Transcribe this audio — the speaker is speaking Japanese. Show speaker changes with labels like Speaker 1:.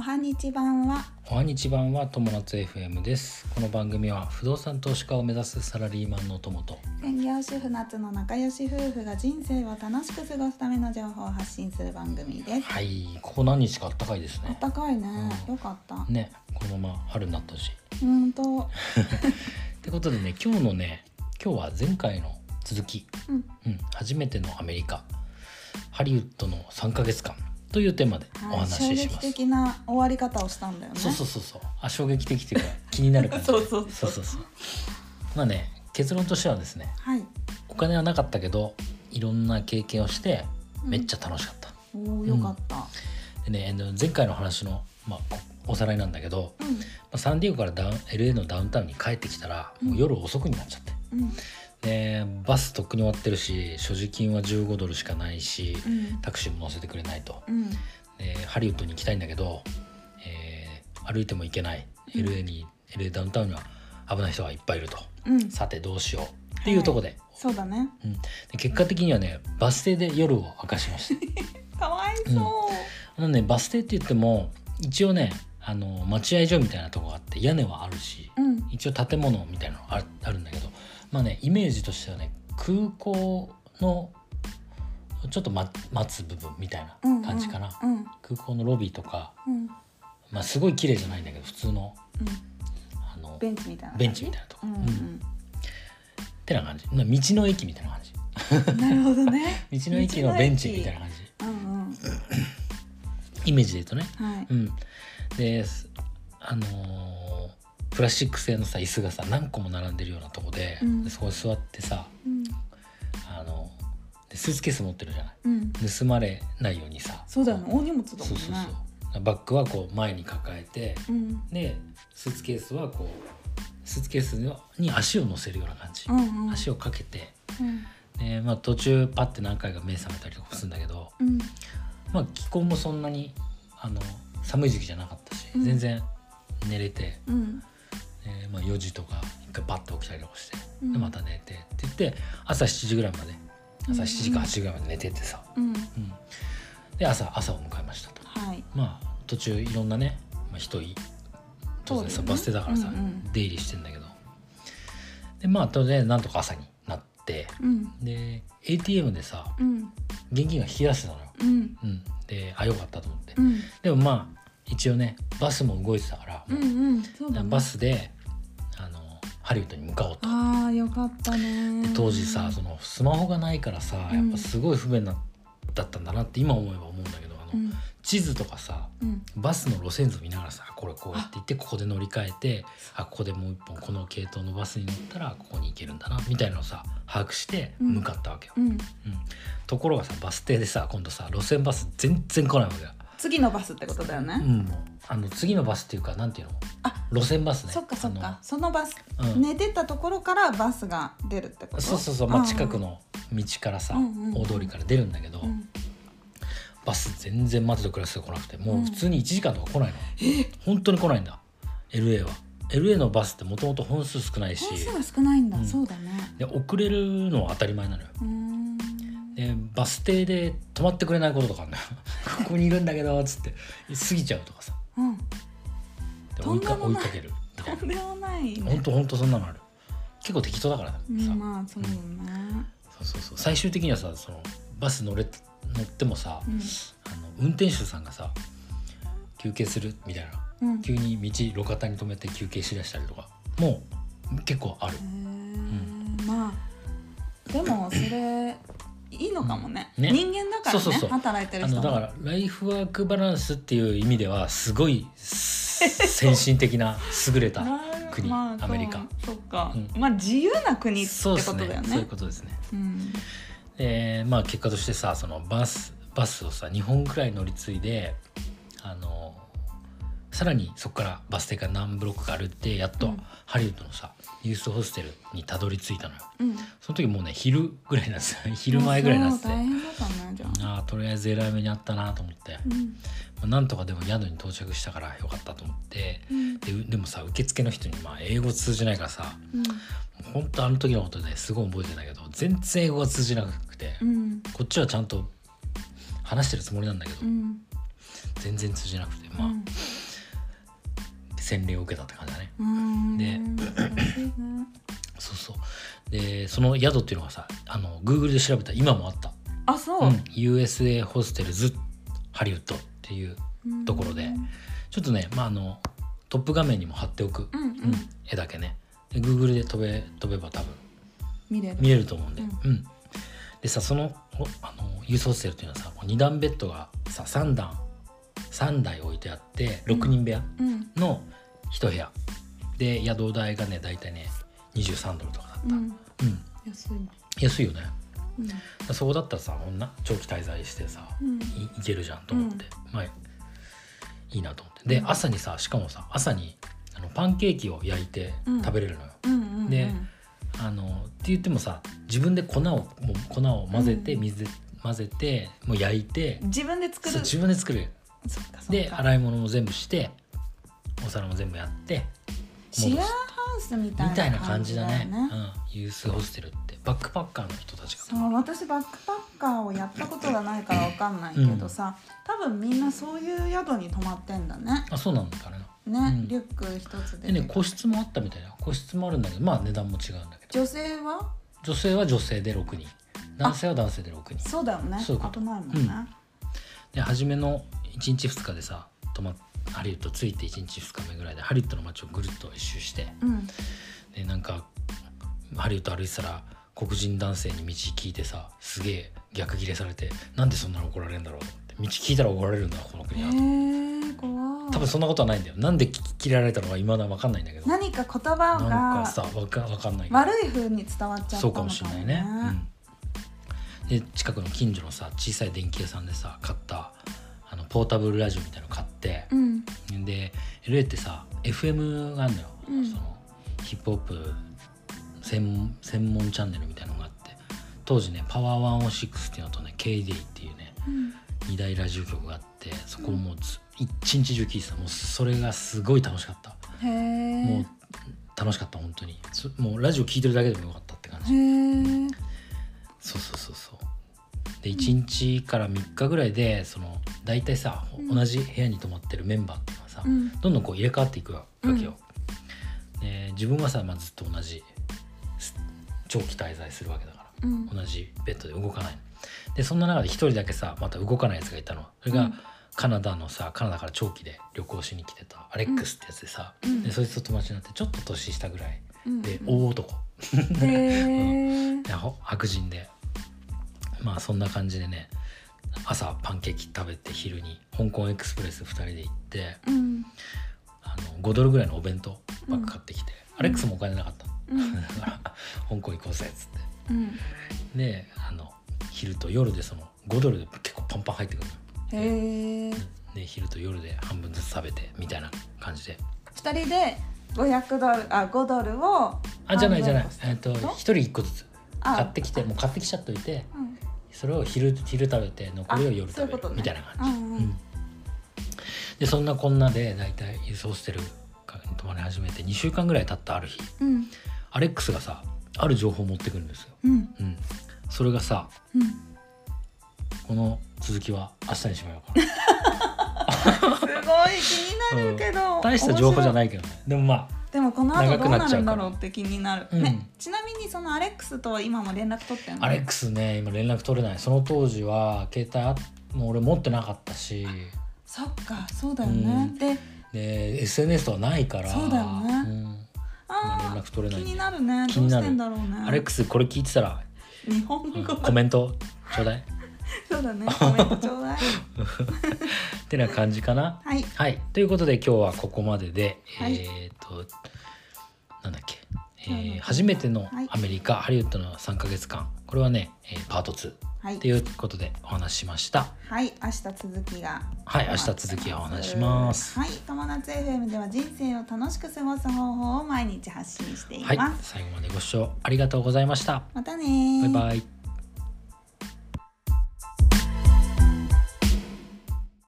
Speaker 1: は日版は
Speaker 2: おはにち版は友達 FM ですこの番組は不動産投資家を目指すサラリーマンの友と
Speaker 1: 専業主婦夏の仲良し夫婦が人生を楽しく過ごすための情報を発信する番組です
Speaker 2: はいここ何日かあったかいです
Speaker 1: あっ
Speaker 2: ね
Speaker 1: たかいね、
Speaker 2: うん
Speaker 1: よかった
Speaker 2: ねこのまま春になったし
Speaker 1: うんと
Speaker 2: ってことでね今日のね今日は前回の続き、
Speaker 1: うん
Speaker 2: うん、初めてのアメリカハリウッドの3ヶ月間というテーマでお
Speaker 1: はい衝
Speaker 2: 話しし
Speaker 1: 撃
Speaker 2: ます、
Speaker 1: 的な終わり方をしたんだよね
Speaker 2: そうそうそうそうあ衝撃的というか気になる感 じ
Speaker 1: そうそうそ
Speaker 2: そ
Speaker 1: う
Speaker 2: うそうそうまあね結論としてはですね
Speaker 1: はい
Speaker 2: お金はなかったけどいろんな経験をして
Speaker 1: うん
Speaker 2: めっちゃ楽しかった、
Speaker 1: おおよかった
Speaker 2: でねあの前回の話の、まあ、こおさらいなんだけど、ま
Speaker 1: う
Speaker 2: あサンディエゴからダウン LA のダウンタウンに帰ってきたらもう夜遅くになっちゃって、
Speaker 1: んうん
Speaker 2: でバスとっくに終わってるし所持金は15ドルしかないし
Speaker 1: うん
Speaker 2: タクシーも乗せてくれないと
Speaker 1: うん
Speaker 2: でハリウッドに行きたいんだけど、えー歩いても行けない
Speaker 1: うん
Speaker 2: LA に、LA ダウンタウンには危ない人がいっぱいいると
Speaker 1: うん
Speaker 2: さてどうしようっていうところで,、
Speaker 1: そうだね
Speaker 2: うん、で結果的にはねバス停で夜を明かしまし た
Speaker 1: かわいそ
Speaker 2: あのねバス停って言っても一応ねあの待合所みたいなとこがあって屋根はあるし
Speaker 1: ううん
Speaker 2: 一応建物みたいなのああるんだけどまあねイメージとしてはね空港のちょっと、ま、待つ部分みたいな
Speaker 1: うん
Speaker 2: 感じかな、
Speaker 1: うんうん
Speaker 2: 空港のロビーとか、
Speaker 1: うん
Speaker 2: まあ、すごい綺麗じゃないんだけど普通の
Speaker 1: うん
Speaker 2: あの
Speaker 1: ベンチみたいな感じ
Speaker 2: ベンチみたいなとこ
Speaker 1: うん
Speaker 2: うんってな感じまあ道の駅みたいな感じ
Speaker 1: うんなるほどね
Speaker 2: 道の駅のベンチみたいな感じ
Speaker 1: うんうん
Speaker 2: イメージで言うとね
Speaker 1: はい
Speaker 2: うん、ですあのープラスチック製のさ椅子がさ何個も並んでるようなとこで,、
Speaker 1: うん
Speaker 2: でそこに座ってさ、
Speaker 1: うん
Speaker 2: あのでスーツケース持ってるじゃない
Speaker 1: うん
Speaker 2: 盗まれないようにさ
Speaker 1: そうだよね大荷物だも
Speaker 2: そ
Speaker 1: ん
Speaker 2: う
Speaker 1: ね
Speaker 2: そうそうバッグはこう前に抱えて
Speaker 1: うん
Speaker 2: でスーツケースはこうスーツケースに足を乗せるような感じ、
Speaker 1: うんうん
Speaker 2: 足をかけて
Speaker 1: うん
Speaker 2: で、まあ、途中パッて何回か目覚めたりとかするんだけど、
Speaker 1: うん
Speaker 2: まあ、気候もそんなにあの寒い時期じゃなかったし、
Speaker 1: うん
Speaker 2: 全然寝れて、
Speaker 1: うん
Speaker 2: えーまあ、4時とか一回バッと起きたりとかして
Speaker 1: うん
Speaker 2: でまた寝てって言って朝7時ぐらいまで朝
Speaker 1: うん
Speaker 2: 7時か8時ぐらいまで寝ててさ、
Speaker 1: うん
Speaker 2: うんで朝朝を迎えましたと
Speaker 1: はい
Speaker 2: まあ途中いろんなね、まあ、人い当然
Speaker 1: そ
Speaker 2: さ、
Speaker 1: うだよね
Speaker 2: バス停だからさ、
Speaker 1: うんうん
Speaker 2: 出入りしてんだけどでまあとりあえずなんとか朝になって
Speaker 1: うん
Speaker 2: で ATM でさ
Speaker 1: うん
Speaker 2: 現金が引き出してたのよ、
Speaker 1: うん
Speaker 2: うん、であよかったと思って
Speaker 1: う、ん
Speaker 2: でもまあ一応ねバスも動いてたから、
Speaker 1: うんうんそうだね
Speaker 2: バスであのハリウッドに向かおうと。
Speaker 1: ああよかったね
Speaker 2: で当時さそのスマホがないからさ
Speaker 1: うん
Speaker 2: やっぱすごい不便な、だったんだなって今思えば思うんだけどあの、
Speaker 1: うん
Speaker 2: 地図とかさ
Speaker 1: うん
Speaker 2: バスの路線図見ながらさこれこうやって行ってここで乗り換えてあここでもう一本この系統のバスに乗ったらここに行けるんだなみたいなのをさ把握して
Speaker 1: うん
Speaker 2: 向かったわけよ、
Speaker 1: うん
Speaker 2: うんところがさバス停でさ今度さ路線バス全然来ないわけよ
Speaker 1: 次のバスってことだよ
Speaker 2: う
Speaker 1: ね
Speaker 2: ん、もうあの次のバスっていうかなんていうの
Speaker 1: あ
Speaker 2: 路線バスね
Speaker 1: そっかそっかそのバス
Speaker 2: あのうん
Speaker 1: 寝てたところからバスが出るってこと
Speaker 2: そうそうそう、まあ、
Speaker 1: ん
Speaker 2: 近くの道からさ、
Speaker 1: うんうんうん
Speaker 2: 大通りから出るんだけど、
Speaker 1: うん
Speaker 2: バス全然待てと暮らすが来なくてもううん普通に1時間とか来ないの、本当に来ないんだ LA は LA のバスってもともと本数少ないし
Speaker 1: 本数が少ないん
Speaker 2: う
Speaker 1: だ
Speaker 2: ん
Speaker 1: そうだね
Speaker 2: で遅れるのは当たり前なのよ
Speaker 1: うーん
Speaker 2: でバス停で止まってくれないこととか あるのよここにいるんだけどっつって過ぎちゃうとかさ
Speaker 1: うん
Speaker 2: で追いか
Speaker 1: と
Speaker 2: 追
Speaker 1: んでも
Speaker 2: い
Speaker 1: ない
Speaker 2: かけるとか
Speaker 1: とんでもない
Speaker 2: 本
Speaker 1: ね
Speaker 2: 当本当そんなのある結構適当だからさ、
Speaker 1: うんまあそうだね
Speaker 2: そうそうそう最終的にはさそのバス乗れ乗ってもさ、
Speaker 1: うん
Speaker 2: あの運転手さんがさ休憩するみたいな
Speaker 1: うん
Speaker 2: 急に道路肩に止めて休憩しだしたりとかもう結構ある
Speaker 1: へーまあでもそれいいのかもね,、
Speaker 2: うんね
Speaker 1: 人間だからね
Speaker 2: そうそうそう
Speaker 1: 働いてる
Speaker 2: あ
Speaker 1: 人
Speaker 2: の
Speaker 1: も
Speaker 2: だからライフワークバランスっていう意味ではすご い先進的な優れた、
Speaker 1: な
Speaker 2: 国アメリカ
Speaker 1: そうそっか、
Speaker 2: う
Speaker 1: まあ自由な国って
Speaker 2: そう
Speaker 1: こ
Speaker 2: です
Speaker 1: とだよ
Speaker 2: ね
Speaker 1: ね
Speaker 2: そういうことですね
Speaker 1: うん
Speaker 2: でまあ結果としてさそのバスバスをさ2本くらい乗り継いであのさらにそこからバス停から何ブロックか歩いてやっ
Speaker 1: う
Speaker 2: と
Speaker 1: ん
Speaker 2: ハリウッドのさ、ユースホステルにたどり着いたのよ
Speaker 1: うん
Speaker 2: その時もうね昼ぐらいなんですよ 昼前ぐらいなんです
Speaker 1: まあそう大
Speaker 2: ね
Speaker 1: 変だったねじゃあ、
Speaker 2: ああとりあえずえらい目にあったなと思って、
Speaker 1: うん
Speaker 2: まあ、なんとかでも宿に到着したからよかったと思って
Speaker 1: うん
Speaker 2: でうでもさ受付の人にまあ英語通じないからさ
Speaker 1: うん
Speaker 2: ほんとあの時のことですごい覚えてんだけど全然英語が通じなくて、
Speaker 1: うん
Speaker 2: こっちはちゃんと話してるつもりなんだけど、
Speaker 1: うん
Speaker 2: 全然通じなくてまあ、
Speaker 1: うん
Speaker 2: 洗礼を受けたって感じだね
Speaker 1: うーん
Speaker 2: で
Speaker 1: 楽しいね
Speaker 2: そうそうでその宿っていうのがさあの Google で調べたら今もあった、
Speaker 1: あそうう、
Speaker 2: ん、USA ホステルズハリウッドっていう
Speaker 1: うん
Speaker 2: ところでちょっとね、まあ、あのトップ画面にも貼っておく、
Speaker 1: うんうん、
Speaker 2: うん絵だけねで Google で飛べ飛べば多分
Speaker 1: 見れる
Speaker 2: 見れると思うんで、
Speaker 1: う
Speaker 2: うんでさそのおあのユースホステルっていうのはさ2段ベッドがさ3段3台置いてあって6人部屋
Speaker 1: うん
Speaker 2: の1部屋、で宿代がね大体ね23ドルとかだった、
Speaker 1: う
Speaker 2: うん
Speaker 1: ん安いね
Speaker 2: 安いよね
Speaker 1: うん
Speaker 2: そこだったらさこんな長期滞在してさ、
Speaker 1: うん
Speaker 2: いいけるじゃんと思って、まあいいなと思ってで
Speaker 1: うん
Speaker 2: 朝にさしかもさ朝にあのパンケーキを焼いて
Speaker 1: うん
Speaker 2: 食べれるのよ、
Speaker 1: うんうんうん
Speaker 2: であのって言ってもさ自分で粉をもう粉を混ぜて
Speaker 1: うん
Speaker 2: 水で混ぜてもう焼いて、
Speaker 1: 自分で作
Speaker 2: そう
Speaker 1: る
Speaker 2: 自分で作る
Speaker 1: そっかそっか
Speaker 2: で洗い物も全部してお皿も全部やって
Speaker 1: シェアハウスみたい
Speaker 2: みたいな
Speaker 1: な感
Speaker 2: 感
Speaker 1: じ
Speaker 2: じ
Speaker 1: だ
Speaker 2: だ
Speaker 1: よ
Speaker 2: ね
Speaker 1: ね
Speaker 2: うん、ユースホステルってバックパッカーの人たちが
Speaker 1: そう私バックパッカーをやったことがないからわかんないけどさ、多分みんなそういう宿に泊まってんだね
Speaker 2: あそうなんだからな
Speaker 1: ね、
Speaker 2: うん
Speaker 1: リュック一つで
Speaker 2: でね個室もあったみたいな個室もあるんだけどまあ値段も違うんだけど
Speaker 1: 女性は
Speaker 2: 女性は女性で6人男性は男性で6人
Speaker 1: そうだよね
Speaker 2: そういうこと
Speaker 1: 危ないもんね、
Speaker 2: で初めの1日2日でさ泊まっハリウッド着いて1日2日目ぐらいでハリウッドの街をぐるっと一周して
Speaker 1: うん
Speaker 2: でなんかハリウッド歩いてたら黒人男性に道聞いてさすげえ逆ギレされてなんでそんなの怒られるんだろうと思って道聞いたら怒られるんだこの国は、
Speaker 1: へえ怖い
Speaker 2: 多分そんなことはないんだよなんで聞き切られたのか未だ分かんないんだけど
Speaker 1: 何か言
Speaker 2: なんか
Speaker 1: 葉
Speaker 2: さ
Speaker 1: が
Speaker 2: 分かわかんないけど
Speaker 1: 悪い風に伝わっちゃったの
Speaker 2: そうかもしれないね、うん、で近くの近所のさ小さい電気屋さんでさ買ったあのポータブルラジオみたいの買って、
Speaker 1: うん
Speaker 2: で LA ってさ FM があるのよ、
Speaker 1: うん
Speaker 2: そのヒップホップ専専門チャンネルみたいのがあって当時ねパワー106っていうのとね KD っていうね
Speaker 1: うん
Speaker 2: 2大ラジオ局があってそこをもうず一日中聴いてたもうそれがすごい楽しかった、
Speaker 1: へえ
Speaker 2: もう楽しかった本当にそもうラジオ聴いてるだけでもよかったって感じ
Speaker 1: へえ
Speaker 2: そうそうそうそうで1日から3日ぐらいでその大体さ、
Speaker 1: うん
Speaker 2: 同じ部屋に泊まってるメンバーっていうのはさ、
Speaker 1: うん
Speaker 2: どんどんこう入れ替わっていくわけよ、で自分はさ、まあ、ずっと同じす長期滞在するわけだから
Speaker 1: うん
Speaker 2: 同じベッドで動かないでそんな中で一人だけさまた動かないやつがいたのそれ
Speaker 1: う
Speaker 2: が
Speaker 1: ん
Speaker 2: カナダのさカナダから長期で旅行しに来てたアレックスってやつでさ、
Speaker 1: うん
Speaker 2: でそいつと友達になってちょっと年下ぐらい
Speaker 1: うん
Speaker 2: で大男
Speaker 1: へ え
Speaker 2: でほ白人でまあそんな感じでね朝パンケーキ食べて昼に香港エクスプレス2人で行って
Speaker 1: うん
Speaker 2: あの5ドルぐらいのお弁当ばっか買ってきて、アレックスもお金なかった
Speaker 1: うん
Speaker 2: だから香港行こうぜっつって
Speaker 1: うん
Speaker 2: であの昼と夜でその5ドルで結構パンパン入ってくるのよ
Speaker 1: へえ
Speaker 2: で昼と夜で半分ずつ食べてみたいな感じで
Speaker 1: 二人で500ドルあ5ドルを
Speaker 2: あじゃないじゃないえっ
Speaker 1: 半分
Speaker 2: と
Speaker 1: こ
Speaker 2: 1人1個ずつ
Speaker 1: あ
Speaker 2: 買ってきてもう買ってきちゃっといて
Speaker 1: うん
Speaker 2: それを昼昼食べて残りを夜食
Speaker 1: あそ
Speaker 2: べ
Speaker 1: ういうこと
Speaker 2: る
Speaker 1: ね
Speaker 2: みたいな感じ
Speaker 1: うんうん
Speaker 2: でそんなこんなで大体輸送してるに泊まり始めて2週間ぐらい経ったある日
Speaker 1: うん
Speaker 2: アレックスがさある情報を持ってくるんですよ、
Speaker 1: うん
Speaker 2: うん、それがさ
Speaker 1: うん
Speaker 2: この続きは明日にしましょう か
Speaker 1: すごい気になるけど
Speaker 2: 大した情報じゃ
Speaker 1: い
Speaker 2: ないけどねでもま
Speaker 1: でもこの後
Speaker 2: 長
Speaker 1: どう
Speaker 2: くな
Speaker 1: な
Speaker 2: っちゃ
Speaker 1: るん
Speaker 2: う
Speaker 1: だ
Speaker 2: から
Speaker 1: ろうって気になる、
Speaker 2: うん
Speaker 1: ねちなみにそのアレックスとは今も連絡取ってんの
Speaker 2: あアレックスね今連絡取れないその当時は携帯あもう俺持ってなかったし
Speaker 1: そっかそうだよね、
Speaker 2: うん
Speaker 1: で
Speaker 2: で SNS とかないから
Speaker 1: そうだよね
Speaker 2: うん
Speaker 1: あ
Speaker 2: 今連
Speaker 1: あ
Speaker 2: 絡取
Speaker 1: 気
Speaker 2: れないんで
Speaker 1: になるね
Speaker 2: 気
Speaker 1: ど
Speaker 2: に
Speaker 1: う
Speaker 2: な
Speaker 1: して
Speaker 2: る
Speaker 1: んだろうね
Speaker 2: アレックスこれ聞いて たら
Speaker 1: 日本語、
Speaker 2: コメントちょうだい
Speaker 1: そうだねコメントちょうだい
Speaker 2: ってな感じかな
Speaker 1: はい
Speaker 2: はいということで今日はここまでで、
Speaker 1: はい
Speaker 2: えっ、となんだっけ、え
Speaker 1: 今日のテー
Speaker 2: ー
Speaker 1: マ
Speaker 2: 初めての
Speaker 1: はい
Speaker 2: アメリカ、ハリウッドの3ヶ月間これはね、えーパート2
Speaker 1: はい
Speaker 2: ということでお話ししました
Speaker 1: はい、明日続きが
Speaker 2: はい明日続きをお話しします
Speaker 1: はい、友達 FM では人生を楽しく過ごす方法を毎日発信していま
Speaker 2: は
Speaker 1: す。
Speaker 2: い最後までご視聴ありがとうございました
Speaker 1: またねー
Speaker 2: バイバイ